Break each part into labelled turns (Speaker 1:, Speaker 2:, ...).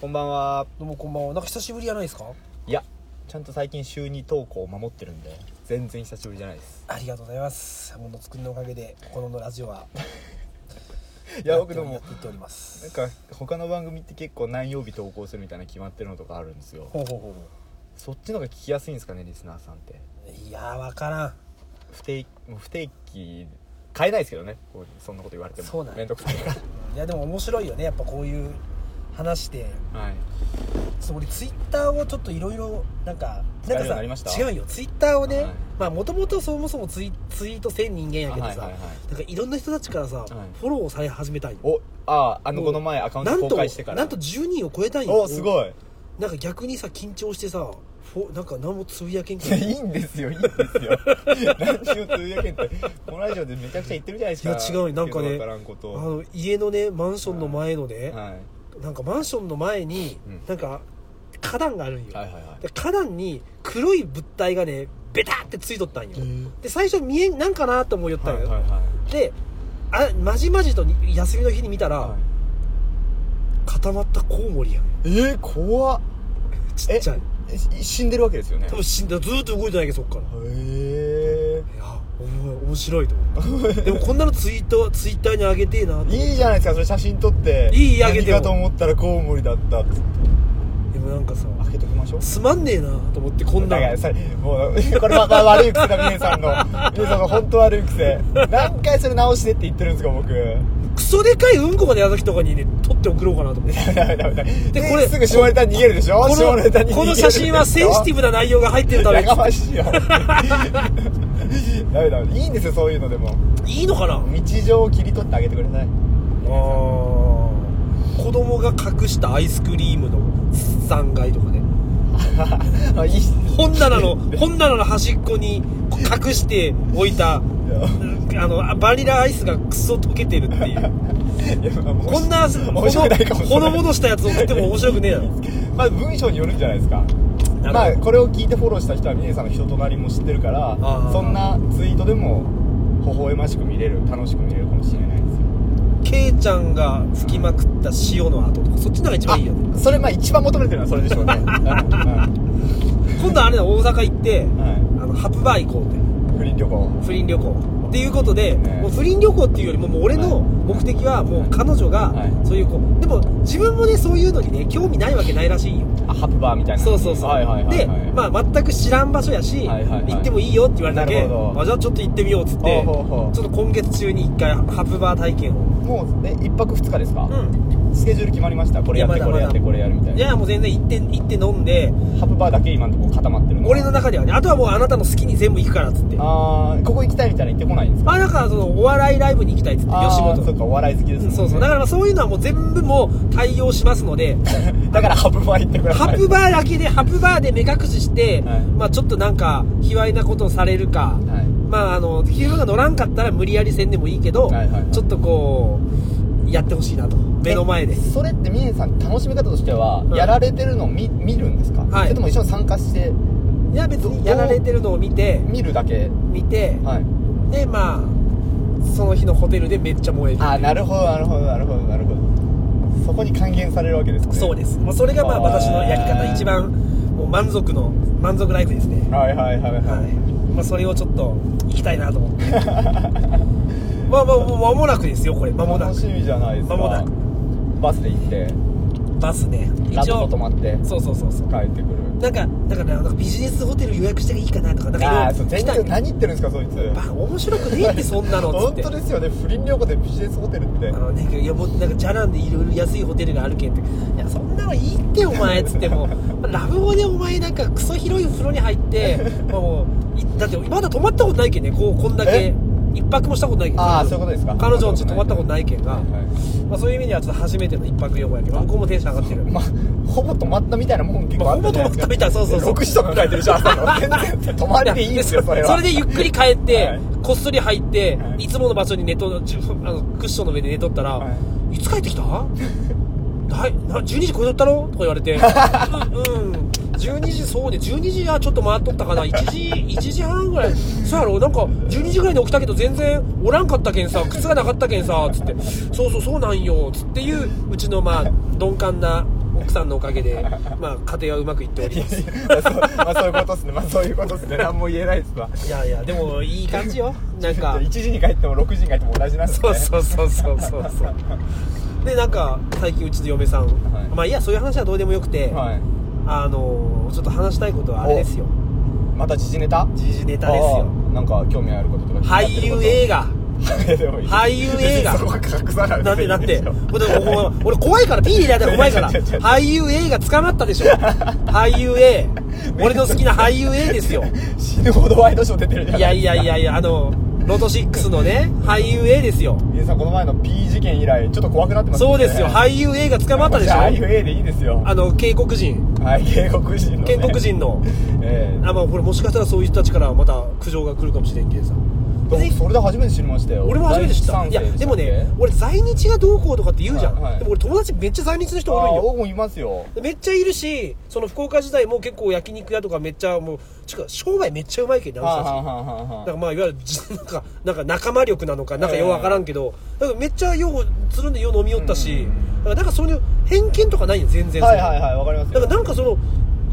Speaker 1: こんばんは
Speaker 2: どうもこんばんはなんか久しぶりやないですか
Speaker 1: いやちゃんと最近週2投稿を守ってるんで全然久しぶりじゃないです
Speaker 2: ありがとうございますもの作りのおかげでこのラジオはい
Speaker 1: や僕で
Speaker 2: やっ
Speaker 1: も
Speaker 2: ております
Speaker 1: なんか他の番組って結構何曜日投稿するみたいな決まってるのとかあるんですよ
Speaker 2: ほうほうほうほ
Speaker 1: そっちの方が聞きやすいんですかねリスナーさんって
Speaker 2: ういやーわからん
Speaker 1: 不定もう不定期変えないですけどねこうそんなこと言われても
Speaker 2: そうなん
Speaker 1: めんどくさいか
Speaker 2: いやでも面白いよねやっぱこういう話で
Speaker 1: らはい
Speaker 2: ちょっと俺ツイッターをちょっといろいろなんか
Speaker 1: 使え
Speaker 2: な
Speaker 1: るよう
Speaker 2: ん
Speaker 1: になりま
Speaker 2: か
Speaker 1: した
Speaker 2: 違うよツイッターをね、
Speaker 1: はい
Speaker 2: まあもともとそもそもツイツイート1000人間やけどさ、
Speaker 1: あはいはいはい
Speaker 2: なんかいろんな人たちからさ、フォローされ始めたい
Speaker 1: おあああのこの前アカウン
Speaker 2: な
Speaker 1: ト
Speaker 2: ん
Speaker 1: 公
Speaker 2: と
Speaker 1: 開してから
Speaker 2: なんと10人を超えたいんよ
Speaker 1: おすごい
Speaker 2: なんか逆にさ緊張してさフォなんか何もつぶやけん
Speaker 1: い
Speaker 2: け
Speaker 1: や
Speaker 2: ど
Speaker 1: いいんですよいいんですよ 何しようつぶやけんってこのラジオでめちゃくちゃ言ってるじゃないですか
Speaker 2: いや違うよなんかね
Speaker 1: よくわからんこ
Speaker 2: あ
Speaker 1: と
Speaker 2: の家のねマンションの前のね、
Speaker 1: はい
Speaker 2: なんかマンションの前に、
Speaker 1: うん
Speaker 2: なんか花壇があるんよ、
Speaker 1: はいはいはい
Speaker 2: で花壇に黒い物体がねベタってついとったんよ、
Speaker 1: ー
Speaker 2: で最初見えんなんかなと思いよったんよ、
Speaker 1: はいはい
Speaker 2: であまじまじとに休みの日に見たら、
Speaker 1: はい
Speaker 2: 固まったコウモリやん
Speaker 1: えー、怖っ
Speaker 2: ちっちゃい
Speaker 1: えし死んでるわけですよね
Speaker 2: 多分死んだずーっと動いてないけどそっから
Speaker 1: へえ
Speaker 2: いやおも面白いと思ったでもこんなのツイートツイッターに上げてえなと
Speaker 1: いいじゃないですかそれ写真撮って
Speaker 2: いいあげてよ
Speaker 1: 何かと思ったらコウモリだったっつって
Speaker 2: でもなんかさ
Speaker 1: 開けときましょう
Speaker 2: つまんねえなと思ってこん
Speaker 1: だ
Speaker 2: な
Speaker 1: からさ
Speaker 2: の
Speaker 1: もうこれ、まま、悪い癖だ峰さんの峰さんの本当悪い癖何回それ直してって言ってるんですか僕
Speaker 2: クソでかいうんこがね矢崎とかにね撮って送ろうかなと思っ て
Speaker 1: ダメダメダメ
Speaker 2: で
Speaker 1: で
Speaker 2: これ
Speaker 1: すぐ下ネタに逃げるでしょ
Speaker 2: こ
Speaker 1: 下ネタに逃げる
Speaker 2: のこの写真はセンシティ
Speaker 1: ブ
Speaker 2: ブな内容が入ってるため
Speaker 1: や かましいよダメダメいいんですよそういうのでも
Speaker 2: いいのかなあ
Speaker 1: 日常を切り取ってあげてください
Speaker 2: ー子供が隠したアイスクリームの残骸とかね
Speaker 1: あいいっすね
Speaker 2: 本 棚の本棚の端っこに隠しておいた
Speaker 1: いや
Speaker 2: あのバニラアイスがクソ溶けてるっていう
Speaker 1: いやまあもう
Speaker 2: こんな
Speaker 1: 面白くないかもし
Speaker 2: ほ
Speaker 1: れな
Speaker 2: の
Speaker 1: い
Speaker 2: ぼのしたやつ送っても面白くねえだろ
Speaker 1: まあ文章によるんじゃないですか
Speaker 2: なるほど
Speaker 1: まあこれを聞いてフォローした人は峰さんの人となりも知ってるから
Speaker 2: あー
Speaker 1: そんなツイートでも微笑ましく見れる楽しく見れるかもしれないですよ
Speaker 2: ケイちゃんが吹きまくった塩の跡とかそっちの方が一番いいよね
Speaker 1: それまあ一番求めてるのはそれでし ょうねうんは
Speaker 2: 今度あれだ大阪行って
Speaker 1: い
Speaker 2: あのハプバー行こうって
Speaker 1: 不倫旅行
Speaker 2: 不倫旅行っていうことで、
Speaker 1: ね
Speaker 2: もう不倫旅行っていうよりももう俺の目的はもう彼女が
Speaker 1: はい
Speaker 2: そういうこうでも自分もねそういうのにね興味ないわけないらしいよ
Speaker 1: あハプバーみたいな
Speaker 2: そうそうそう、
Speaker 1: はいはいはいはい
Speaker 2: で、まあ、全く知らん場所やし、
Speaker 1: はいはいはい
Speaker 2: 行ってもいいよって言われた
Speaker 1: な
Speaker 2: け
Speaker 1: るほど
Speaker 2: あじゃあちょっと行ってみようっつって
Speaker 1: ほうほうほう
Speaker 2: ちょっと今月中に一回ハプバー体験を
Speaker 1: もうえ一泊二日ですか
Speaker 2: う、ん
Speaker 1: スケジュール決まりましたこれやっ
Speaker 2: い
Speaker 1: て
Speaker 2: や
Speaker 1: こ
Speaker 2: まだ
Speaker 1: れやって
Speaker 2: まだ
Speaker 1: これやるみたい
Speaker 2: い
Speaker 1: な
Speaker 2: やもう全然行って行って飲んで
Speaker 1: ハプバーだけ今のところ固まってるの
Speaker 2: 俺の中ではねあとはもうあなたの好きに全部行くからっつって
Speaker 1: ああここ行きたいみたいな言ってこないんですか
Speaker 2: あだからそのお笑いライブに行きたいっつって
Speaker 1: あー
Speaker 2: 吉本
Speaker 1: そっかお笑い好きですもんね
Speaker 2: そうそうだからそういうのはもう全部もう対応しますので
Speaker 1: だからハプバー行ってください
Speaker 2: ハプバーだけでハプバーで目隠しして、
Speaker 1: はい
Speaker 2: まあちょっとなんか卑猥なことをされるか
Speaker 1: はい
Speaker 2: まああの昼間が乗らんかったら無理やりせんでもいいけど、
Speaker 1: はいはいはい
Speaker 2: ちょっとこうやってほしいなと目の前で
Speaker 1: えそれってミネさん楽しみ方としては、
Speaker 2: うん
Speaker 1: やられてるのを見見るんですか、
Speaker 2: はい
Speaker 1: それとも一緒に参加して
Speaker 2: いや別にやられてるのを見て
Speaker 1: 見るだけ
Speaker 2: 見て
Speaker 1: はい
Speaker 2: でまあその日のホテルでめっちゃ燃える
Speaker 1: ああなるほどなるほどなるほどなるほどそこに還元されるわけですね
Speaker 2: そうです、まあ、それがまあ
Speaker 1: あー
Speaker 2: 私のやり方一番もう満足の満足ライフですね
Speaker 1: はいはいはいはい、
Speaker 2: はい、まあ、それをちょっと行きたいなと 思ってまあまあもう間もなくですよこれ間もな
Speaker 1: 楽
Speaker 2: く
Speaker 1: しみじゃないですか
Speaker 2: 間もなく
Speaker 1: バスで行って
Speaker 2: バスね
Speaker 1: ラ
Speaker 2: 一
Speaker 1: ブ
Speaker 2: 応
Speaker 1: と泊まって
Speaker 2: そうそうそうそう
Speaker 1: 帰ってくる
Speaker 2: なんかなんかねなんかビジネスホテル予約していいかなとかなん
Speaker 1: あ
Speaker 2: か
Speaker 1: あそう全
Speaker 2: 来た
Speaker 1: 然何言ってるんですかそいつ
Speaker 2: バカ面白くねえってそんなのっつ
Speaker 1: 本
Speaker 2: って
Speaker 1: 当ですよね不倫旅行でビジネスホテルって
Speaker 2: あのねいやもうなんかじゃらんでいろいろ安いホテルがあるけんっていやそんなのいいってお前っつってもラブホでお前なんかクソ広い風呂に入って もういだってまだ泊まったことないけんねこうこんだけ
Speaker 1: え
Speaker 2: 一泊もしたことないけん
Speaker 1: ああそういうことですか
Speaker 2: 彼女の家泊まったことないけんが、
Speaker 1: はいはい
Speaker 2: まあ、そういう意味ではちょっと初めての一泊旅行やけど向こうもテンション上がってる
Speaker 1: まあ、ほぼ止まったみたいなもん結構あったじゃいですか
Speaker 2: ほぼ止まったみたいそうそうそう
Speaker 1: 6時とか書いてるじゃん朝の全然止まりでいいですよそれは
Speaker 2: それでゆっくり帰って、
Speaker 1: はい
Speaker 2: こっそり入って、
Speaker 1: はい
Speaker 2: い、つもの場所に寝とちゅあのクッションの上で寝とったら、、
Speaker 1: はい
Speaker 2: つ帰って きたはいな12時超えとったろとか言 われてうんうん12時そうね12時はちょっと回っとったかな1時1時半ぐらいそうやろなんか12時ぐらいに起きたけど全然おらんかったけんさ靴がなかったけんさつってそうそうそうなんよつっていううちのまあ鈍感な奥さんのおかげで、まあ、家庭はうまくいっております
Speaker 1: まあそうまあそういうことっすねまあそういうことっすね何も言えないっすわ
Speaker 2: いやいやでもいい感じよなんか
Speaker 1: 1時に帰っても6時に帰っても同じなんですね
Speaker 2: そうそうそうそうそうそうでなんか最近うちの嫁さん、
Speaker 1: はい
Speaker 2: まあいやそういう話はどうでもよくて、
Speaker 1: はい
Speaker 2: あのーちょっと話したいことはあれですよ
Speaker 1: また時事ネタ
Speaker 2: 時事ネタですよ
Speaker 1: あーなんか興味あることとか
Speaker 2: 俳優映
Speaker 1: 画
Speaker 2: 画
Speaker 1: でもいい
Speaker 2: 俳優映画
Speaker 1: 別にそこは隠さない
Speaker 2: なんでだっ
Speaker 1: いい
Speaker 2: て
Speaker 1: すよ
Speaker 2: 俺俺怖いからピー入れられたら怖いか ら
Speaker 1: 違う違う違う
Speaker 2: 俳優 A が捕まったでしょ俳優 A 俺の好きな俳優 A ですよ
Speaker 1: 死ぬほどワイドショー出てるじゃ
Speaker 2: い
Speaker 1: な
Speaker 2: や
Speaker 1: い
Speaker 2: いやいやいやあのロト6のね俳優 A ですよ
Speaker 1: 皆さんこの前の P 事件以来ちょっと怖くなってますね
Speaker 2: そうですよ俳優 A が捕まったでしょ
Speaker 1: ああいう A でいいですよ
Speaker 2: あの警告人
Speaker 1: はい警告人の、ね、
Speaker 2: 建国人の
Speaker 1: ええ
Speaker 2: あまあこれもしかしたらそういう人たちからまた苦情が来るかもしれんけどさ
Speaker 1: でもそれで初めて知りましたよ
Speaker 2: 俺も初めて知った
Speaker 1: 第
Speaker 2: い
Speaker 1: 一
Speaker 2: や
Speaker 1: 三世
Speaker 2: でも
Speaker 1: したっ
Speaker 2: ね
Speaker 1: け
Speaker 2: 俺在日がどうこうとかって言うじゃん、
Speaker 1: はいはい
Speaker 2: でも俺友達めっちゃ在日の人おるん
Speaker 1: あ
Speaker 2: よ
Speaker 1: あ僕もいますよ
Speaker 2: めっちゃいるしその福岡時代も結構焼肉屋とかめっちゃもうちか商売めっちゃうまいけど
Speaker 1: はあ、
Speaker 2: な
Speaker 1: は
Speaker 2: んか
Speaker 1: あはあはあはあ、
Speaker 2: まあいわゆるじ なんかなんか仲間力なのかなんかようわからんけど、なんかめっちゃようつるんでよう飲み寄ったし、
Speaker 1: うんうん
Speaker 2: だからなんかそういう偏見とかないよ全然
Speaker 1: はいはいはいわかります
Speaker 2: だ
Speaker 1: よ
Speaker 2: からなんかその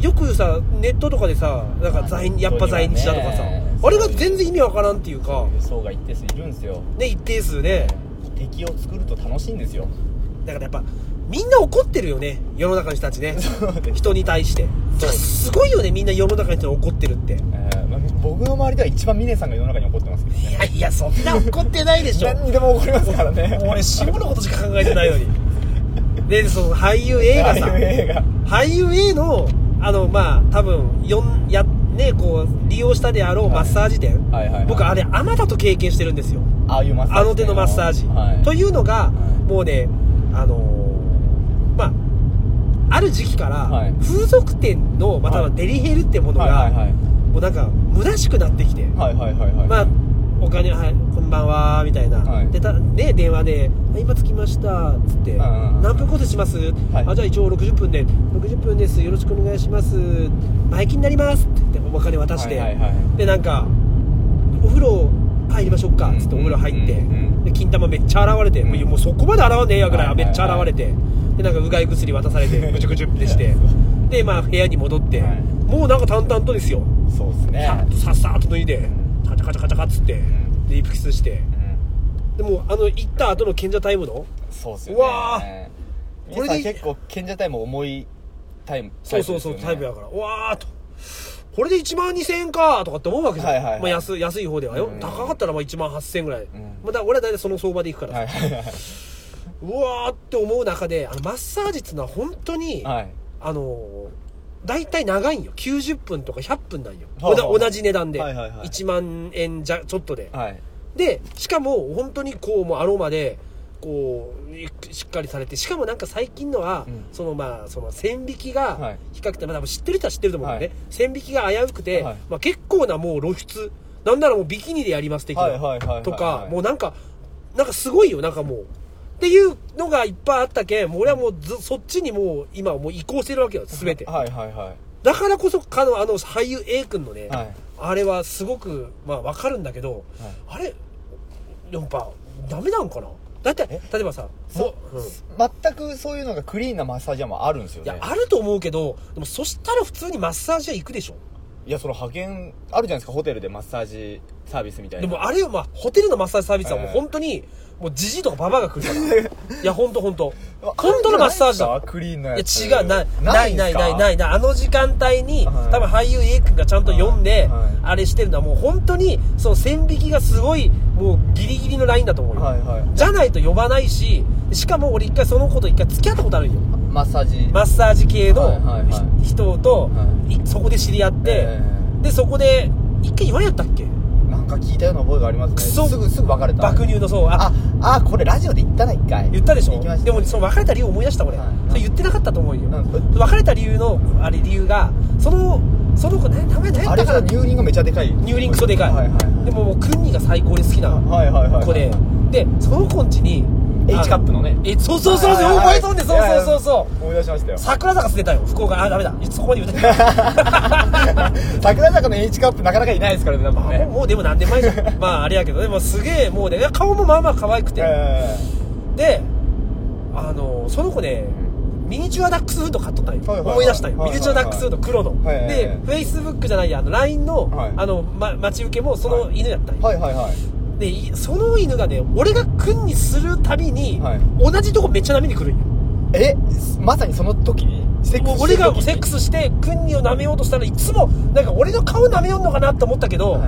Speaker 2: よくさネットとかでさなんか在やっぱ在日だとかさ、
Speaker 1: ね
Speaker 2: あれが全然意味わからんっていうか
Speaker 1: そうが一定数いるんですよ
Speaker 2: ね一定数で、
Speaker 1: 敵を作ると楽しいんですよ
Speaker 2: だからやっぱみんな怒ってるよね世の中の人たちね
Speaker 1: そうです
Speaker 2: 人に対して
Speaker 1: そうです
Speaker 2: すごいよねみんな世の中の人に怒ってるってい
Speaker 1: えーまあ、僕の周りでは一番峰さんが世の中に怒ってますけどね
Speaker 2: やいやそんな怒ってないでしょ
Speaker 1: 何にでも怒りますからね
Speaker 2: 俺下のことしか考えてないのにでその俳優映
Speaker 1: あ
Speaker 2: 画
Speaker 1: あい
Speaker 2: さ
Speaker 1: う映画
Speaker 2: 俳優 A のあのまあ多分よんやねこう利用したであろうマッサージ店、
Speaker 1: はいはいはい
Speaker 2: 僕あれあまたと経験してるんですよ
Speaker 1: ああいうマッサージ
Speaker 2: あの手のマッサージ、
Speaker 1: はい、
Speaker 2: というのが、
Speaker 1: い
Speaker 2: もうねあのーまあある時期から、
Speaker 1: はい
Speaker 2: 風俗店のまた
Speaker 1: は
Speaker 2: はいデリヘルってものが、
Speaker 1: はいはいはい
Speaker 2: もうなんか虚しくなってきて、
Speaker 1: はいはいはいはい
Speaker 2: まあお金はいこんばんはみたいな、
Speaker 1: はい
Speaker 2: でたで電話であ「今着きました」っつって
Speaker 1: うんうんうん
Speaker 2: 何分コースします、
Speaker 1: はい
Speaker 2: あじゃあ一応60分で60分ですよろしくお願いします前金になります」って言ってお金渡して、
Speaker 1: はいはいはい
Speaker 2: でなんか「お風呂入りましょうか」っつってお風呂入って、
Speaker 1: うんうんうん
Speaker 2: で金玉めっちゃ現れて、
Speaker 1: うん
Speaker 2: もうもうそこまで現んねえやぐらい、
Speaker 1: はいはいはい
Speaker 2: めっちゃ現れてでなんかうがい薬渡され てぐちゅぐちゅってしてでまあ部屋に戻って、
Speaker 1: はい
Speaker 2: もうなんか淡々とですよ
Speaker 1: そうですね
Speaker 2: さっとさっさっと脱いで
Speaker 1: ん
Speaker 2: カチャカチャカチャカっつって
Speaker 1: ん
Speaker 2: でリップキスして
Speaker 1: うん
Speaker 2: でもうあの行った後の賢者タイムの
Speaker 1: そうっす
Speaker 2: う
Speaker 1: よ
Speaker 2: わ
Speaker 1: ね
Speaker 2: こ
Speaker 1: こ
Speaker 2: れ
Speaker 1: れ
Speaker 2: で
Speaker 1: で結構賢者タイム重いタイム
Speaker 2: そうそうそうタイプ
Speaker 1: や
Speaker 2: やからうわーっとこれで1万2000円かとかって思うわけじゃん、
Speaker 1: はいはいはい
Speaker 2: まあ、安安い方ではよ、
Speaker 1: うん
Speaker 2: 高かったらまあ1万8000円ぐらい、
Speaker 1: ん
Speaker 2: まあ、だ俺は大体その相場で行くからさ、
Speaker 1: はいはいはいう
Speaker 2: わーって思う中であのマッサージっていうのは本当に、
Speaker 1: はい
Speaker 2: あのー大体長いんよ90分とか100分なんよ、
Speaker 1: はあはあ
Speaker 2: おな同じ値段で、
Speaker 1: はいはいはい
Speaker 2: 1万円じゃちょっとで、
Speaker 1: はい
Speaker 2: でしかも本当にこうもうアロマでこうしっかりされてしかもなんか最近のは、
Speaker 1: うん
Speaker 2: そのまあその線引き
Speaker 1: は
Speaker 2: が
Speaker 1: い
Speaker 2: 比較的、まあ多分知ってる人は知ってると思うんだよね、
Speaker 1: はい
Speaker 2: 線引きが危うくて、
Speaker 1: はい
Speaker 2: まあ、結構なもう露出なんならもうビキニでやります的な、
Speaker 1: はいはいはいはい
Speaker 2: とか
Speaker 1: はい
Speaker 2: もうなんかなんかすごいよなんかもうっていうのがいっぱいあったけんもう俺はもうずそっちにもう今はもう移行してるわけよ全て
Speaker 1: はいはいはい
Speaker 2: だからこそかのあの俳優 A 君のね、
Speaker 1: はい
Speaker 2: あれはすごくまあわかるんだけど、あれやっぱダメなんかなだって
Speaker 1: え
Speaker 2: 例えばさ
Speaker 1: そ
Speaker 2: もう、うん
Speaker 1: 全くそういうのがクリーンなマッサージ屋もあるんですよ
Speaker 2: いや
Speaker 1: ね
Speaker 2: あると思うけどでもそしたら普通にマッサージ屋行くでしょ
Speaker 1: いやその派遣あるじゃないですかホテルでマッサージサービスみたい
Speaker 2: で
Speaker 1: な
Speaker 2: もあれはまあホテルのマッサージサービスはもう
Speaker 1: ええ
Speaker 2: 本当にもうじじいとかババアが来るから いや本当本当
Speaker 1: あ
Speaker 2: 本当のマッサージだ
Speaker 1: あるんじゃないですかクリーンないやつ
Speaker 2: や違うないないないないないいないあの時間帯に、
Speaker 1: はい
Speaker 2: 多分俳優 A 君がちゃんと読んで、
Speaker 1: はいはい
Speaker 2: あれしてるのはもう本当にその線引きがすごいもうギリギリのラインだと思うよ、
Speaker 1: はいはい
Speaker 2: じゃないと呼ばないししかも俺一回その子と一回付き合ったことあるんよ
Speaker 1: マッサージ
Speaker 2: マッサージ系
Speaker 1: は
Speaker 2: の
Speaker 1: いはいはい
Speaker 2: ひ人と、
Speaker 1: はい
Speaker 2: そこで知り合って、
Speaker 1: え
Speaker 2: でそこで一回言われやったっけ
Speaker 1: えなんか聞いたような覚えがありますね
Speaker 2: クソ
Speaker 1: すぐすぐ別れた
Speaker 2: 爆乳のそうあ
Speaker 1: ああこれラジオで言ったな一回
Speaker 2: 言ったでしょ
Speaker 1: 行きました
Speaker 2: でもその別れた理由思い出した俺、
Speaker 1: はい
Speaker 2: それ言ってなかったと思うよ、
Speaker 1: なんか
Speaker 2: 別れた理由のあれ理由がそのその子ね名前何や
Speaker 1: あ
Speaker 2: った
Speaker 1: れ
Speaker 2: か
Speaker 1: が
Speaker 2: ら
Speaker 1: 乳輪がめちゃでかい
Speaker 2: 乳輪クソでかい、
Speaker 1: はいはいはい
Speaker 2: でももうクンニが最高に好きな
Speaker 1: はいはいはい
Speaker 2: 子で、でその子んちに
Speaker 1: H カップのね
Speaker 2: あえそうそうそうそう
Speaker 1: はいはい
Speaker 2: 覚
Speaker 1: はい
Speaker 2: えとんでそうそうそうそう
Speaker 1: 思い出しましたよ
Speaker 2: 桜坂捨てたよ福岡あダメだそこまで言うて
Speaker 1: 桜坂の H カップなかなかいないですからね多分
Speaker 2: もう
Speaker 1: ね
Speaker 2: もうでも何年前じ ゃんまああれやけどでもすげえもうね顔もまあまあ可愛くて
Speaker 1: ええ
Speaker 2: であのその子ねミニチュアダックスフード買っとったんよ、
Speaker 1: はいはいはい
Speaker 2: 思い出したんよ、
Speaker 1: はいはいはい
Speaker 2: ミニチュアダックスフード黒の、
Speaker 1: はいはいはい
Speaker 2: でフェイスブックじゃないやあの LINE の,、
Speaker 1: はい
Speaker 2: あの、ま、待ち受けもその犬やったんよ、
Speaker 1: はいはいはい
Speaker 2: でいその犬がね俺が君にするたびに、
Speaker 1: はい
Speaker 2: 同じとこめっちゃ舐めに来るんよ
Speaker 1: えまさにその時セック
Speaker 2: もう
Speaker 1: ス
Speaker 2: 俺が
Speaker 1: して
Speaker 2: セ
Speaker 1: る時
Speaker 2: ックスして君を舐めようとしたらいつもなんか俺の顔舐めようのかなって思ったけど、
Speaker 1: はい
Speaker 2: よ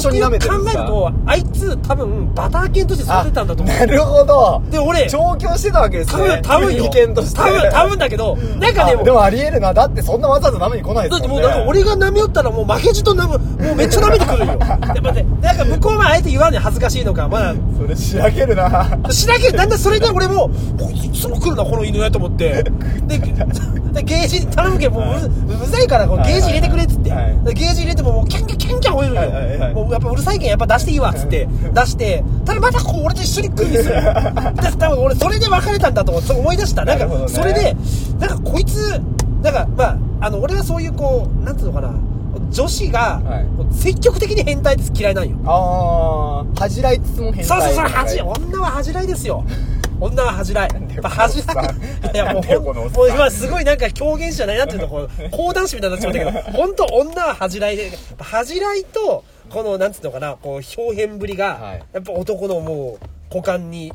Speaker 1: 一緒
Speaker 2: く
Speaker 1: に
Speaker 2: よ
Speaker 1: 舐
Speaker 2: く
Speaker 1: めてるん
Speaker 2: 考
Speaker 1: で
Speaker 2: え
Speaker 1: す
Speaker 2: る
Speaker 1: か
Speaker 2: とあいつ多分バター犬として育てたんだと思う
Speaker 1: なるほど
Speaker 2: で俺
Speaker 1: 調教してたわけです
Speaker 2: 多
Speaker 1: ね
Speaker 2: 分多分よ
Speaker 1: 意見として
Speaker 2: 多分多分だけどなんかね
Speaker 1: あでもありえるなだってそんなわざわざ舐めに来ないで
Speaker 2: だっ
Speaker 1: す
Speaker 2: て
Speaker 1: も
Speaker 2: も
Speaker 1: ん
Speaker 2: う
Speaker 1: ね
Speaker 2: なんか俺が舐めよったらもう負けじと舐めもうめっちゃ舐め てくるんよで待ってなんか向こうはあえて言わんねん恥ずかしいのかまだ
Speaker 1: それ仕上げる な
Speaker 2: しなきゃだんだんそれで俺もこいついつも来るなこの犬やと思ってででゲージ頼むけどもううるうるさいからこう
Speaker 1: はい
Speaker 2: ゲージ入れてくれっつって、
Speaker 1: はい
Speaker 2: でゲージ入れてももうキャンキャンキャンキャン吠えるのよ、
Speaker 1: はいはいはい
Speaker 2: もうやっぱうるさいけんやっぱ出していいわっつって出してただまたこう俺と一緒に来るんですよだ多分俺それで別れたんだと思って思い出したなん
Speaker 1: なるほど
Speaker 2: か
Speaker 1: ね
Speaker 2: それで、なんかこいつなんかまああの俺はそういうこうなんていうのかな女子が
Speaker 1: はい
Speaker 2: こう積極的に変態です嫌いなんよ
Speaker 1: ああ恥じらいつつも変態
Speaker 2: そうそうそう恥女は恥じらいですよ女は恥じらい
Speaker 1: んで
Speaker 2: やっぱ恥じらい
Speaker 1: このおっさん
Speaker 2: いやもう
Speaker 1: なんでこのおっさん
Speaker 2: もう今すごいなんか狂言師じゃないなっていうのこう講談師みたいになっちゃった けど本当女は恥じらいでやっぱ恥じらいとこのなんつうのかなこう表現ぶりが、
Speaker 1: はい
Speaker 2: やっぱ男のもう股間に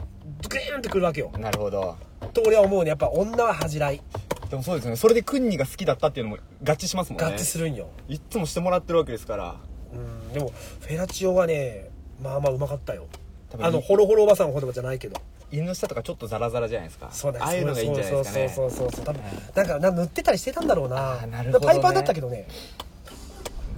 Speaker 2: グリーンってくるわけよ
Speaker 1: なるほど
Speaker 2: と俺は思うねやっぱ女は恥じらい
Speaker 1: でもそうですよねそれでクンニが好きだったっていうのも合致しますもんね
Speaker 2: 合致するんよ、
Speaker 1: いっつもしてもらってるわけですから
Speaker 2: うんでもフェラチオはねまあまあうまかったよ
Speaker 1: 多分
Speaker 2: あのホロホロおばさんほどじゃないけど
Speaker 1: 犬の下とかちょっとザラザラじゃないですか
Speaker 2: そうだよ
Speaker 1: ああいうのがいいんじゃないですかね
Speaker 2: そうそうそうそうそう多分なんかなんか塗ってたりしてたんだろうな
Speaker 1: あーなるほどね
Speaker 2: パイパンだったけどね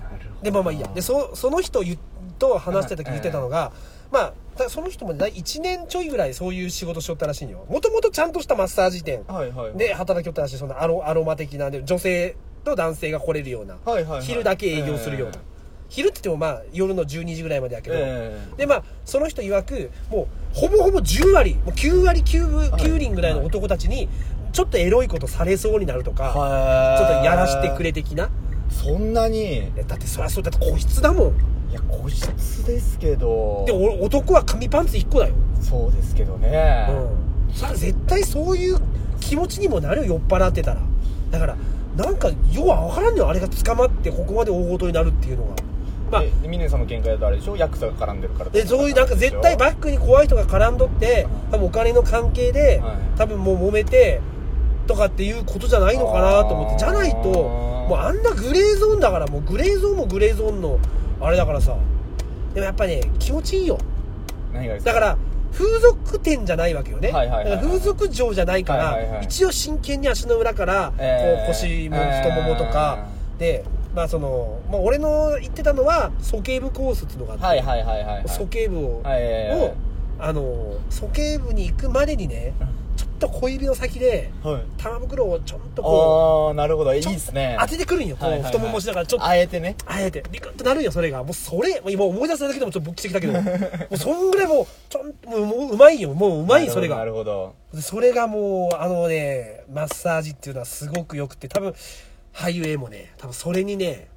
Speaker 1: なるほど
Speaker 2: でまあまあいいやでそその人ゆと話してた時言ってたのが、まあたその人も1年ちょいぐらいそういう仕事しよったらしいんよもともとちゃんとしたマッサージ店
Speaker 1: はいはい
Speaker 2: で働きよったらしいそのアロアロマ的なで女性と男性が来れるような、
Speaker 1: はいはいはい
Speaker 2: 昼だけ営業するような、
Speaker 1: ええ
Speaker 2: 昼って言ってもまあ夜の12時ぐらいまでやけど、
Speaker 1: ええ
Speaker 2: でまあその人曰くもうほぼほぼ10割もう9割 9, 分
Speaker 1: はい
Speaker 2: 9人ぐらいの男たちにちょっとエロいことされそうになるとか、
Speaker 1: は
Speaker 2: ち
Speaker 1: い
Speaker 2: ょっとやらしてくれ的な
Speaker 1: そんなにい
Speaker 2: いやだってそりゃそうだって個室だもん
Speaker 1: や個室ですけど
Speaker 2: でお男は紙パンツ1個だよ、
Speaker 1: そうですけどね、
Speaker 2: うん、そりゃ絶対そういう気持ちにもなるよ酔っ払ってたらだからなんかよう分からんのよあれが捕まってここまで大ごとになるっていうのがまあ
Speaker 1: でミネさんの見解だとあれでしょヤクザが絡んでるから
Speaker 2: でそういうなんか絶対バックに怖い人が絡んどって多分お金の関係で、
Speaker 1: はい
Speaker 2: 多分もう揉めてとかっていうことじゃないのかなと思って
Speaker 1: あー
Speaker 2: じゃないともうあんなグレーゾーンだからもうグレーゾーンもグレーゾーンのあれだからさでもやっぱね気持ちいいよ
Speaker 1: 何がです
Speaker 2: だから風俗店じゃないわけよね、
Speaker 1: はいはいはいはい
Speaker 2: だから風俗嬢じゃないから、
Speaker 1: はいはいはい
Speaker 2: 一応真剣に足の裏から、
Speaker 1: えー
Speaker 2: こう腰も太ももとか、でまあその、まあ、俺の言ってたのは鼠径部コースっていうのがあって、
Speaker 1: はいはいはいはいはい
Speaker 2: 鼠径部を,、
Speaker 1: はいはいはい
Speaker 2: をあの鼠径部に行くまでにねちょっと小指の先で
Speaker 1: はい
Speaker 2: 玉袋をちょんとこ
Speaker 1: ああなるほどいい
Speaker 2: ちょっと
Speaker 1: ですね
Speaker 2: 当ててくるんよ、こ
Speaker 1: は
Speaker 2: う
Speaker 1: いはいはい
Speaker 2: 太ももしながらちょっと
Speaker 1: あえてね
Speaker 2: あえてビクッとなるんよそれがもうそれもう今思い出しただけでもちょっと勃起してきた けどもうそんぐらいもうちょんもうもううまいよもううまいよそれ
Speaker 1: な
Speaker 2: が
Speaker 1: るほど
Speaker 2: それがもうあのねマッサージっていうのはすごくよくて多分ハイウェイもね多分それにね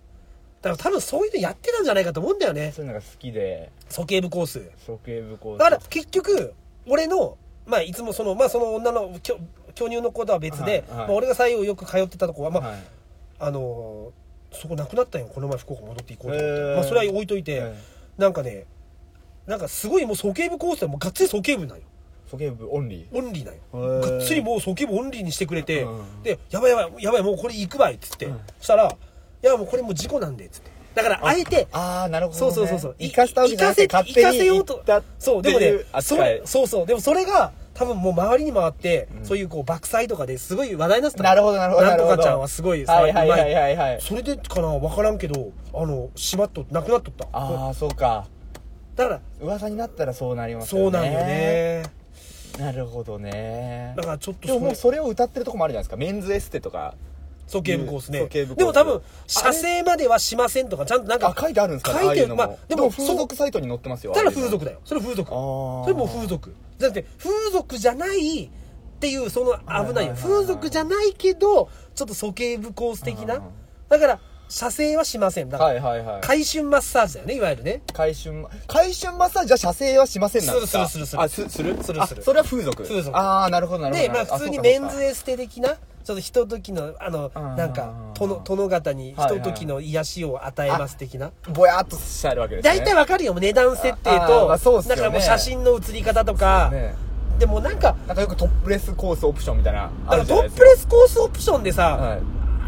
Speaker 2: 多分多分そういうのやってたんじゃないかと思うんだよね
Speaker 1: そういうのが好きで
Speaker 2: 鼠径部コース
Speaker 1: 鼠径部コース
Speaker 2: だから結局俺のまあいつもそのまあその女の巨巨乳の子とは別で、
Speaker 1: はいはい
Speaker 2: まあ、俺が最後よく通ってたとこはまあ、
Speaker 1: はい
Speaker 2: あのーそこなくなったんよこの前福岡戻っていこうと思って、
Speaker 1: へー
Speaker 2: まあ、それは置いといて、
Speaker 1: はい
Speaker 2: なんかねなんかすごいもう鼠径部コースはもうがっつり鼠径部なんよ
Speaker 1: 鼠径部オンリー
Speaker 2: オンリーなんよ
Speaker 1: へー
Speaker 2: がっつりもう鼠径部オンリーにしてくれて、
Speaker 1: うん
Speaker 2: でやばいやばいやばいもうこれ行くわいっつって、
Speaker 1: うん
Speaker 2: そしたら「いやもうこれもう事故なんで」っつってだからあえて
Speaker 1: ああなるほど
Speaker 2: そ
Speaker 1: ね
Speaker 2: うそうそうそうい
Speaker 1: 行かせたわけじゃなくて
Speaker 2: 行か
Speaker 1: 勝
Speaker 2: せ
Speaker 1: 手に
Speaker 2: 行かせよう
Speaker 1: 行
Speaker 2: と
Speaker 1: ったってい
Speaker 2: そうでもねそ
Speaker 1: 扱い
Speaker 2: れそうそうでもそれが多分もう周りに回って、
Speaker 1: うん
Speaker 2: そういうこう爆災とかですごい話題になってたの
Speaker 1: なるほどなるほど
Speaker 2: なんと
Speaker 1: なる
Speaker 2: か
Speaker 1: ほど
Speaker 2: ちゃんはすごい
Speaker 1: はいはいはいはいは
Speaker 2: うま
Speaker 1: い
Speaker 2: それでかな分からんけどあの閉まっとなくなっとった
Speaker 1: ああそうか
Speaker 2: だから
Speaker 1: 噂になったらそうなります
Speaker 2: そう
Speaker 1: よね
Speaker 2: なんよね
Speaker 1: なるほどね
Speaker 2: だからちょっと
Speaker 1: でももうそれを歌ってるとこもあるじゃないですかメンズエステとか
Speaker 2: そうゲームコースね
Speaker 1: そうゲームコース
Speaker 2: でも多分
Speaker 1: あれ
Speaker 2: 射精まではしませんとかちゃんとなんか
Speaker 1: あ書いてあるんですか
Speaker 2: 書いて
Speaker 1: ああう
Speaker 2: る
Speaker 1: の
Speaker 2: ま
Speaker 1: も
Speaker 2: あ
Speaker 1: で
Speaker 2: で
Speaker 1: も
Speaker 2: も
Speaker 1: 風
Speaker 2: そう
Speaker 1: 俗サイトに載ってますよ
Speaker 2: た
Speaker 1: あ
Speaker 2: ら
Speaker 1: あいう
Speaker 2: 風
Speaker 1: の
Speaker 2: 俗だよそれ風
Speaker 1: あ
Speaker 2: 俗
Speaker 1: ー
Speaker 2: それもう風俗だって風俗じゃないっていうその危ない
Speaker 1: はいはいはい
Speaker 2: よ
Speaker 1: はい
Speaker 2: 風俗じゃないけどちょっと鼠径部コース的
Speaker 1: う
Speaker 2: なんだから射精はしませんだから、
Speaker 1: はいはいはい
Speaker 2: 回春マッサージだよねいわゆるね
Speaker 1: 回春回春マッサージは射精はしませんなんですか
Speaker 2: するするする
Speaker 1: あすする
Speaker 2: するする
Speaker 1: あそれは風俗
Speaker 2: 風俗
Speaker 1: ああなるほどなるほど
Speaker 2: で、まあ、普通にメンズエステ的なちょっとひとときのあの
Speaker 1: うん
Speaker 2: なんか殿殿方にひとときの癒しを与えます的な
Speaker 1: ぼやっとしちゃえるわけですね
Speaker 2: 大体わかるよ値段設定
Speaker 1: ああ
Speaker 2: と、
Speaker 1: まあそうっすよ
Speaker 2: な
Speaker 1: ね
Speaker 2: んかもう写真の写り方とかで,、
Speaker 1: ね
Speaker 2: もなんか
Speaker 1: なんかよくトップレスコースオプションみたいな
Speaker 2: だ
Speaker 1: あ
Speaker 2: か
Speaker 1: る
Speaker 2: ら
Speaker 1: じゃ
Speaker 2: ト
Speaker 1: ない
Speaker 2: ッ
Speaker 1: です
Speaker 2: プレスコースオプションでさ、
Speaker 1: はい